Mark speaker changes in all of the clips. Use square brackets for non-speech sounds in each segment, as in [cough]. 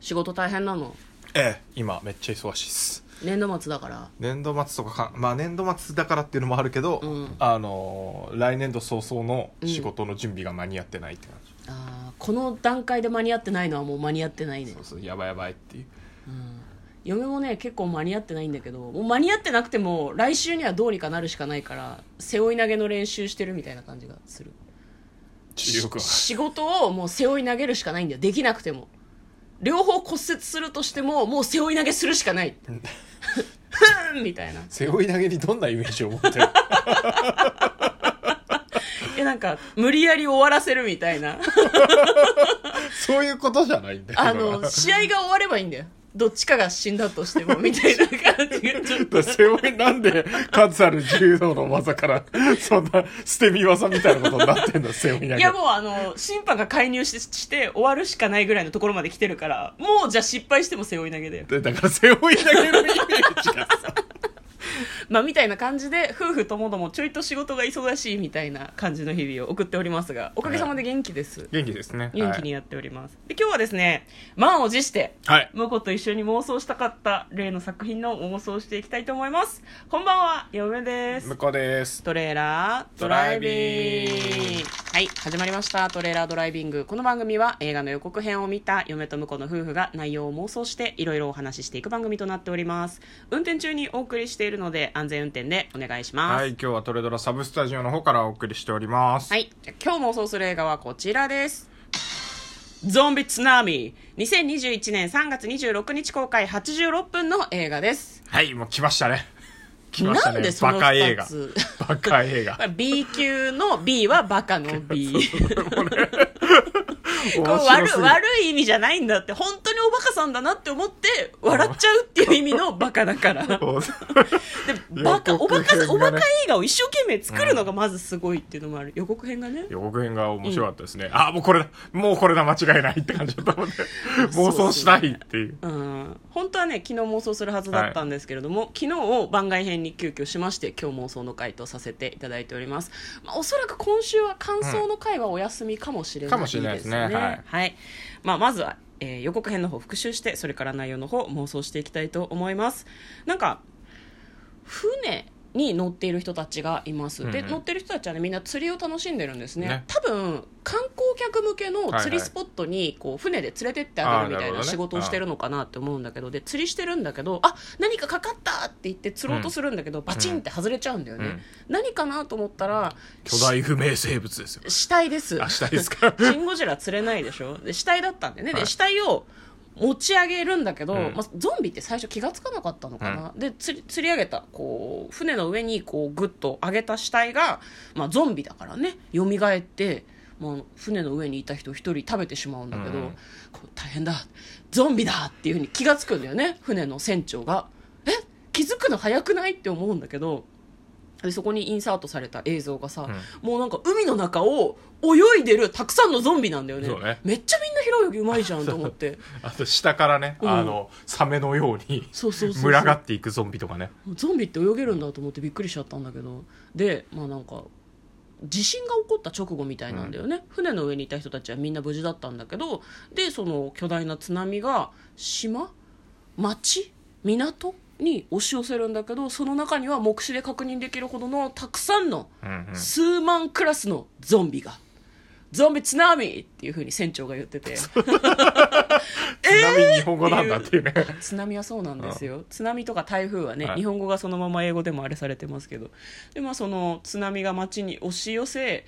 Speaker 1: 仕事大変なの
Speaker 2: ええ今めっちゃ忙しいです
Speaker 1: 年度末だから
Speaker 2: 年度末とかかまあ年度末だからっていうのもあるけど、
Speaker 1: うん
Speaker 2: あのー来年度早々の仕事の準備が間に合ってないって感じ、
Speaker 1: あーこの段階で間に合ってないのはもう間に合ってないね
Speaker 2: そうそうやばいやばいっていう
Speaker 1: うん嫁もね結構間に合ってないんだけどもう間に合ってなくても来週にはどうにかなるしかないから背負い投げの練習してるみたいな感じがする
Speaker 2: 治療君
Speaker 1: し仕事をもう背負い投げるしかないんだよできなくても両方骨折するとしてももう背負い投げするしか [laughs] ないふんみたいな
Speaker 2: 背負い投げにどんなイメージを持ってる
Speaker 1: えなんか無理やり終わらせるみたいな
Speaker 2: そういうことじゃないんだよ
Speaker 1: あ
Speaker 2: だか
Speaker 1: の試合が終わればいいんだよどっちかが死んだとしてもみたいな感じがちょっと
Speaker 2: ら背負いなんで数ある柔道の技からそんな捨て身技みたいなことになってんだ背負い投げ
Speaker 1: いやもうあの審判が介入してして終わるしかないぐらいのところまで来てるからもうじゃあ失敗しても背負い投げで
Speaker 2: でだから背負い投げるイメージがさ
Speaker 1: まあみたいな感じで夫婦ともどもちょいと仕事が忙しいみたいな感じの日々を送っておりますがおかげさまで元気です
Speaker 2: 元気ですね
Speaker 1: 元気にやっておりますで今日はですね満を持して
Speaker 2: はい、はい
Speaker 1: 婿と一緒に妄想したかった例の作品の妄想をしていきたいと思いますこんばんは嫁です
Speaker 2: 向こうです
Speaker 1: トレーラード
Speaker 2: ド
Speaker 1: ラ
Speaker 2: ラ
Speaker 1: イ
Speaker 2: イ
Speaker 1: ビ
Speaker 2: ビ
Speaker 1: ン
Speaker 2: ン
Speaker 1: グはい始まりましたトレーラードライビングこの番組は映画の予告編を見た嫁と婿の夫婦が内容を妄想していろいろお話ししていく番組となっております運転中にお送りしているので安全運転でお願いします
Speaker 2: は
Speaker 1: はい、
Speaker 2: い今日はトレドラサブスタジオの方からお送りしております
Speaker 1: じゃあ今日妄想する映画はこちらですゾンビ津波2021年3月26日公開86分の映画です
Speaker 2: はいもう来ましたね [laughs] 来ましたね
Speaker 1: なんでその
Speaker 2: バカ映
Speaker 1: 2
Speaker 2: 画
Speaker 1: つ
Speaker 2: バカ映
Speaker 1: [laughs]
Speaker 2: 画
Speaker 1: まあ B 級の B はバカの
Speaker 2: [laughs]
Speaker 1: B こう
Speaker 2: 面白
Speaker 1: 悪
Speaker 2: すぎる
Speaker 1: 悪い意味じゃないんだって本当におバカさんだなって思って笑っちゃうっていう意味のバカだからで
Speaker 2: [laughs] そう
Speaker 1: バカ
Speaker 2: 予
Speaker 1: お
Speaker 2: 告
Speaker 1: バカ
Speaker 2: 編がね
Speaker 1: おバカ映画を一生懸命作るのがまずすごいっていうのもある予告編がね
Speaker 2: 予告編が面白かったですね、あもうこれだもうこれだ間違いないって感じだったので
Speaker 1: そう
Speaker 2: 妄想したいっていう
Speaker 1: うん本当はね昨日妄想するはずだったんですけれども、昨日を番外編に急遽しまして今日妄想の回とさせていただいております、まあ、おそらく今週は感想の回はお休みかもしれない
Speaker 2: かもしれないですねはい
Speaker 1: まあ、まずは、えー予告編の方復習してそれから内容の方妄想していきたいと思いますなんか船に乗っている人たちがいます、で
Speaker 2: うんうん
Speaker 1: 乗ってる人たちはねみんな釣りを楽しんでるんですね
Speaker 2: ね
Speaker 1: 多分観光客向けの釣りスポットにこう船で連れてってあげるみたい
Speaker 2: あー
Speaker 1: な
Speaker 2: なるほどね
Speaker 1: 仕事をしてるのかなって思うんだけどで釣りしてるんだけどあ何かかかったって言って釣ろうとするんだけど、バチンって外れちゃうんだよね、
Speaker 2: うん
Speaker 1: 何かなと思ったら
Speaker 2: 巨大不明生物ですよ
Speaker 1: し死体です
Speaker 2: あ死体ですか
Speaker 1: シン・ゴジラ釣れないでしょで死体だったんでね、
Speaker 2: は
Speaker 1: で
Speaker 2: い
Speaker 1: 死体を持ち上げるんだけど、
Speaker 2: うん
Speaker 1: まあ、ゾンビって最初気がつかなかったのかな、で釣り釣り上げたこう船の上にこうグッと上げた死体が、まあ、ゾンビだからね蘇って、まあ、船の上にいた人一人食べてしまうんだけど、
Speaker 2: うん
Speaker 1: こう大変だゾンビだっていうふうに気がつくんだよね船の船長がえ気づくの早くないって思うんだけどでそこにインサートされた映像がさ、もうなんか海の中を泳いでるたくさんのゾンビなんだよね
Speaker 2: そうね
Speaker 1: めっちゃみんな平泳ぎうまいじゃんと思って
Speaker 2: [laughs] あと下からね、
Speaker 1: うん
Speaker 2: あのサメのように
Speaker 1: そうそうそうそう
Speaker 2: 群がっていくゾンビとかね
Speaker 1: ゾンビって泳げるんだと思ってびっくりしちゃったんだけどでまあなんか地震が起こった直後みたいなんだよね、船の上にいた人たちはみんな無事だったんだけどでその巨大な津波が島町港に押し寄せるんだけどその中には目視で確認できるほどのたくさんの
Speaker 2: うんうん
Speaker 1: 数万クラスのゾンビが「ゾンビ津波!」っていうふうに船長が言ってて
Speaker 2: ちなみに日本語なんだっていうね、
Speaker 1: 津波はそうなんですよ津波とか台風はね、
Speaker 2: はい
Speaker 1: 日本語がそのまま英語でもあれされてますけどで、まあ、その津波が町に押し寄せ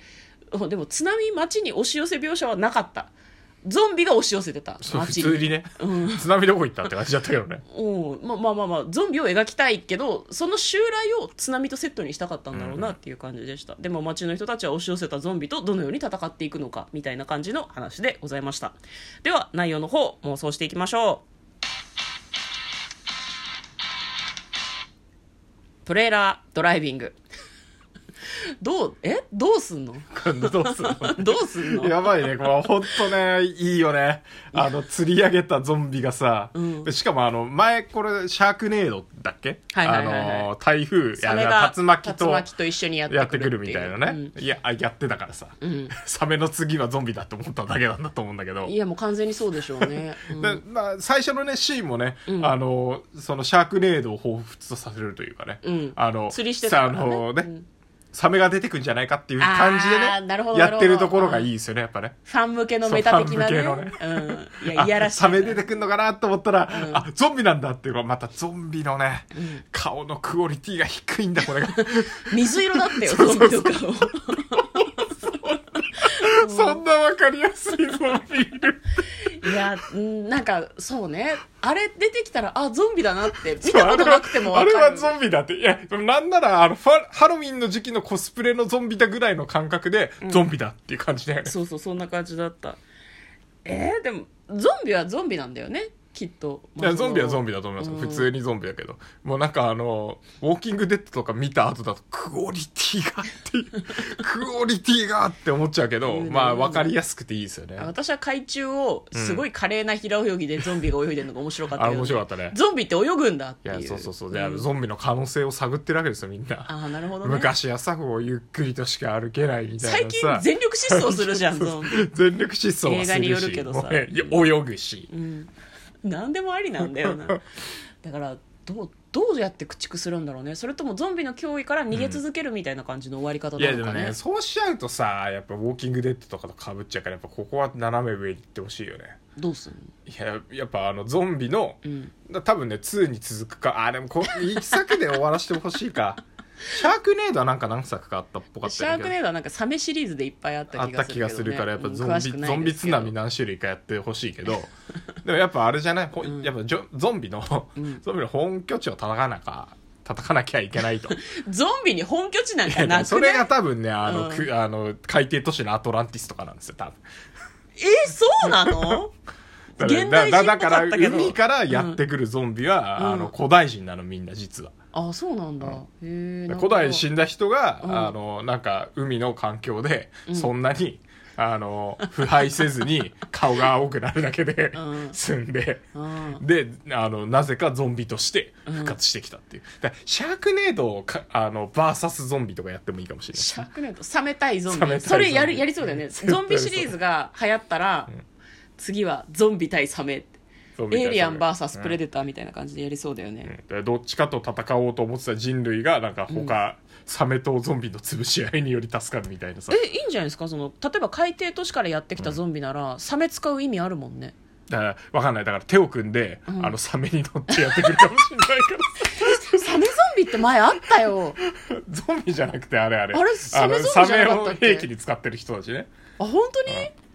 Speaker 1: おでも津波町に押し寄せ描写はなかったゾンビが押し寄せてた
Speaker 2: そう普
Speaker 1: 町
Speaker 2: 通
Speaker 1: に。
Speaker 2: にね、
Speaker 1: うん
Speaker 2: 津波どこ行ったって感じだったけ
Speaker 1: [laughs]
Speaker 2: どね
Speaker 1: うんまあまあまあまあゾンビを描きたいけどその襲来を津波とセットにしたかったんだろうなっていう感じでした、でも街の人たちは押し寄せたゾンビとどのように戦っていくのかみたいな感じの話でございましたでは内容の方妄想していきましょうトレーラードライビング [laughs] どうえどうすんの [laughs]
Speaker 2: 今度どうするの
Speaker 1: どうすんの
Speaker 2: やばいね。これほんとね、いいよね。あの、釣り上げたゾンビがさ、
Speaker 1: うん
Speaker 2: でしかもあの、前これ、シャークネードだっけ
Speaker 1: はいはいはいはい
Speaker 2: あの、台風、
Speaker 1: それ
Speaker 2: あ
Speaker 1: が
Speaker 2: の竜巻と
Speaker 1: 竜巻と一緒にや
Speaker 2: や
Speaker 1: っ
Speaker 2: って
Speaker 1: て
Speaker 2: く
Speaker 1: く
Speaker 2: る
Speaker 1: る
Speaker 2: み
Speaker 1: っていう
Speaker 2: たいなね。いや、あやってたからさ、
Speaker 1: うんうん
Speaker 2: [laughs] サメの次はゾンビだと思っただけなんだと思うんだけど。
Speaker 1: いやもう完全にそうでしょう
Speaker 2: [laughs]
Speaker 1: ね、うん
Speaker 2: でまあ、最初のねシーンもね、あのそのシャークネードを彷彿とさせるというかね、
Speaker 1: うん
Speaker 2: あの
Speaker 1: 釣りしてたからね
Speaker 2: さあのね
Speaker 1: うん
Speaker 2: サメが出てくんじゃないかっていう感じで
Speaker 1: あーなるほ
Speaker 2: ね
Speaker 1: ど
Speaker 2: やってるところがいいですよねやっぱね
Speaker 1: ファン向けのメタ的なね
Speaker 2: そうファン向
Speaker 1: うん、いやいやらしい
Speaker 2: あサメ出てくんのかなと思ったら、あゾンビなんだっていうのはまたゾンビのね、顔のクオリティが低いんだこれが
Speaker 1: 水色だったよゾンビとかを
Speaker 2: そんなわかりやすいゾンビいる
Speaker 1: いやうんなんかそうねあれ出てきたらあゾンビだなって見たことなくても
Speaker 2: あ
Speaker 1: 分
Speaker 2: れ
Speaker 1: か
Speaker 2: は
Speaker 1: る
Speaker 2: ゾンビだっていやなんならあのファハロウィンの時期のコスプレのゾンビだぐらいの感覚で、ゾンビだっていう感じだよね
Speaker 1: そうそうそんな感じだったえー、でもゾンビはゾンビなんだよねきっと、
Speaker 2: いやゾンビはゾンビ
Speaker 1: だ
Speaker 2: だと思います、
Speaker 1: うん
Speaker 2: 普通にゾンビだけどもうなんかあのウォーキングデッドとか見た後だとクオリティがっていう
Speaker 1: [laughs]
Speaker 2: クオリティがって思っちゃうけど
Speaker 1: 言うね
Speaker 2: まあ分かりやすくていいですよね
Speaker 1: 私は海中をすごい華麗な平泳ぎでゾンビが泳いでるのが面白かった
Speaker 2: あ
Speaker 1: け
Speaker 2: れ
Speaker 1: ど
Speaker 2: 面白かったね
Speaker 1: ゾンビって泳ぐんだっ
Speaker 2: い
Speaker 1: てい
Speaker 2: や
Speaker 1: う
Speaker 2: そうそうそうで、あの
Speaker 1: ん
Speaker 2: ゾンビの可能性を探ってるわけですよみんな、
Speaker 1: ああなるほどね
Speaker 2: 昔はさこうゆっくりとしか歩けないみたい
Speaker 1: 最
Speaker 2: な
Speaker 1: 近
Speaker 2: さ
Speaker 1: 全力疾走するじゃんゾンビ
Speaker 2: [laughs] 全力疾走は
Speaker 1: 映
Speaker 2: す
Speaker 1: 画に
Speaker 2: る
Speaker 1: よる
Speaker 2: し
Speaker 1: けどさ
Speaker 2: もうね泳ぐし、
Speaker 1: 何でもありなんだよな
Speaker 2: [laughs]
Speaker 1: だからどうどうやって駆逐するんだろうねそれともゾンビの脅威から逃げ続けるみたいな感じの終わり方
Speaker 2: い
Speaker 1: な
Speaker 2: やで
Speaker 1: の
Speaker 2: も
Speaker 1: かね,、
Speaker 2: ねそうしちゃうとさやっぱウォーキングデッドとかとかぶっちゃうからやっぱここは斜め上に行ってほしいよね
Speaker 1: どうすんの
Speaker 2: いややっぱあのゾンビの、
Speaker 1: ん
Speaker 2: だ多分ね2に続くかあでもこ1作で終わらせてほし
Speaker 1: [laughs]
Speaker 2: いかシャークネードはなんか何作かあったっぽかった
Speaker 1: シャークネ
Speaker 2: ー
Speaker 1: ードはなんかサメシリーズでいっぱいあった
Speaker 2: あっ
Speaker 1: 気が
Speaker 2: た
Speaker 1: するけど、ね、
Speaker 2: 気がするからやっぱゾン
Speaker 1: うん詳
Speaker 2: ビ,、
Speaker 1: しくない
Speaker 2: ゾンビ
Speaker 1: です
Speaker 2: 津
Speaker 1: けど
Speaker 2: 波何種類かやってほしいけどでもやっぱあれじゃない、ほやっぱジョゾンビの、ゾンビの本拠地を叩かなか叩かなきゃいけな
Speaker 1: [laughs]
Speaker 2: いと
Speaker 1: ゾンビに本拠地なんかなくね
Speaker 2: それが多分ねあの、
Speaker 1: うん
Speaker 2: くあの海底都市のアトランティスとかなんですよ多分
Speaker 1: えそうなの
Speaker 2: [laughs] だから
Speaker 1: 現代人っぽ
Speaker 2: だか
Speaker 1: かった
Speaker 2: ら
Speaker 1: けど
Speaker 2: 海からやってくるゾンビは、
Speaker 1: うん
Speaker 2: あの古代人なのみんな実は
Speaker 1: あそうなんだ、へえ
Speaker 2: 古代に死
Speaker 1: ん
Speaker 2: んだ人が、
Speaker 1: ん
Speaker 2: あのなんか海の環境で、
Speaker 1: ん
Speaker 2: そんなにあの腐敗せずに顔が青くなるだけで、
Speaker 1: うん
Speaker 2: 済んで、
Speaker 1: うん
Speaker 2: であのなぜかゾンビとして復活してきたっていう、だからシャークネードをかあのバーサスゾンビとかやってもいいかもしれない
Speaker 1: シャークネード冷めたいゾン
Speaker 2: 冷めたい
Speaker 1: ビ
Speaker 2: ゾンビ
Speaker 1: それやるやりそうだよね
Speaker 2: 絶対
Speaker 1: ゾンビシリーズが流行ったら、次はゾンビ対サメって
Speaker 2: ゾンビ
Speaker 1: エ
Speaker 2: 対
Speaker 1: イリアン
Speaker 2: ゾンビ
Speaker 1: VS プレデターみたいな感じでやりそうだよね、
Speaker 2: うんだからどっちかと戦おうと思ってた人類がなんか他、サメとゾンビの潰し合いにより助かるみたいなさ
Speaker 1: えいいんじゃないですかその例えば海底都市からやってきたゾンビなら、サメ使う意味あるもんね
Speaker 2: だからわかんないだから手を組んで、
Speaker 1: うん
Speaker 2: あのサメに乗ってやってくるかもしれないから
Speaker 1: サメゾンビって前あった
Speaker 2: [laughs]
Speaker 1: よ
Speaker 2: さゾンビじゃなくてあれあれ
Speaker 1: あれサメ
Speaker 2: の
Speaker 1: ゾンビじゃなかったっけ
Speaker 2: サメを兵器に使ってる人たちね
Speaker 1: あ本当に、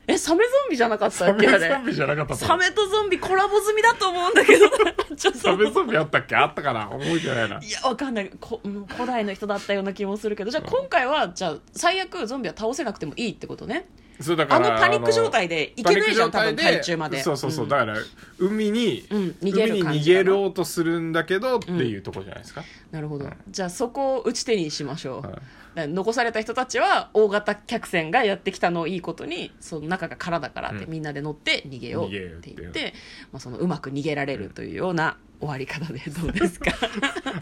Speaker 1: えサメゾンビじゃなかった
Speaker 2: サ
Speaker 1: っけ
Speaker 2: メ
Speaker 1: あ
Speaker 2: ゾン
Speaker 1: れ
Speaker 2: ビじゃなかったと
Speaker 1: [laughs] サ
Speaker 2: 思う
Speaker 1: メとゾンビコラボ済みだと思うんだけ
Speaker 2: [laughs]
Speaker 1: どちょっと
Speaker 2: サメゾンビあったっけあったかな覚えてないない
Speaker 1: やわかんないこうん古代の人だったような気もするけどじゃあ今回はじゃあ最悪ゾンビは倒せなくてもいいってことね
Speaker 2: それだ
Speaker 1: あのパニック状態で行けないじゃん
Speaker 2: パ
Speaker 1: 多
Speaker 2: ニ
Speaker 1: 分
Speaker 2: ック状態で
Speaker 1: 海中まで
Speaker 2: そうそうそう、
Speaker 1: ん
Speaker 2: だから海に、
Speaker 1: うん逃げる
Speaker 2: 海に
Speaker 1: 感
Speaker 2: 逃
Speaker 1: じだな
Speaker 2: げようとするんだけどっていうとこじゃないですか、
Speaker 1: なるほど、じゃあそこを打ち手にしましょう、
Speaker 2: はい
Speaker 1: だから残された人たちは大型客船がやってきたのをいいことにその中が空だからって、
Speaker 2: うん
Speaker 1: みんなで乗って逃げようっ
Speaker 2: 逃げようってていう
Speaker 1: 言って、まあ、そのうまく逃げられるというような終わり方でどうですか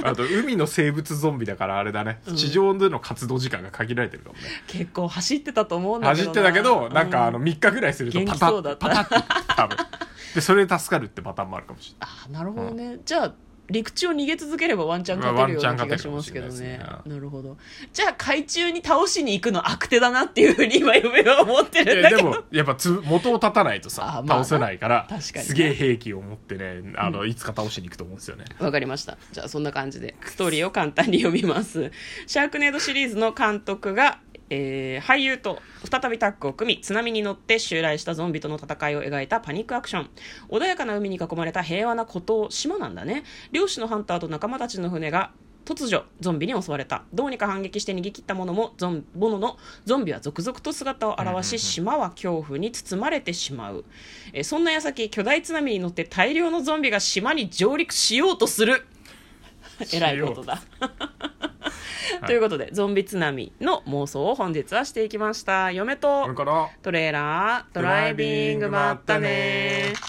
Speaker 2: あと海の生物ゾンビだからあれだね、
Speaker 1: うん
Speaker 2: 地上での活動時間が限られてるかもね
Speaker 1: 結構走ってたと思うんだけ
Speaker 2: 走
Speaker 1: ど
Speaker 2: ってたけどなんかあの
Speaker 1: う
Speaker 2: 3日ぐらいすると
Speaker 1: 元
Speaker 2: パ
Speaker 1: 気
Speaker 2: タ
Speaker 1: そう
Speaker 2: ッ
Speaker 1: だった
Speaker 2: パタッって多分でそれで助かるってパターンもあるかもし
Speaker 1: あなるほどね、じゃあ陸地を逃げ続ければワンチャン勝てるよう
Speaker 2: まあ
Speaker 1: な
Speaker 2: ワン
Speaker 1: 気
Speaker 2: チャン
Speaker 1: がしますけど
Speaker 2: 勝てる
Speaker 1: ね
Speaker 2: かもしれないですね
Speaker 1: なるほどじゃあ海中に倒しに行くの悪手だなっていうふうに今嫁は思って
Speaker 2: れ
Speaker 1: るん
Speaker 2: な
Speaker 1: だ
Speaker 2: い
Speaker 1: け
Speaker 2: で
Speaker 1: ど
Speaker 2: もやっぱつ元を立たないとさ、
Speaker 1: あまあ
Speaker 2: 倒
Speaker 1: な
Speaker 2: せないから
Speaker 1: 確かにね
Speaker 2: すげえ兵器を持ってねあの、いつか倒しに行くと思うんですよね
Speaker 1: わかりました。じゃあそんな感じでストーリーを簡単に読みます。シャークネードシリーズの監督が、えー俳優と再びタッグを組み津波に乗って襲来したゾンビとの戦いを描いたパニックアクション穏やかな海に囲まれた平和な孤島島なんだね漁師のハンターと仲間たちの船が突如ゾンビに襲われたどうにか反撃して逃げ切ったものもゾンもののゾンビは続々と姿を現し島は恐怖に包まれてしまうえーそんな矢先巨大津波に乗って大量のゾンビが島に上陸しようとするえらいことだ。
Speaker 2: はい
Speaker 1: ということでゾンビ津波の妄想を本日はしていきました嫁と
Speaker 2: これから
Speaker 1: トレーラードライビングまったねー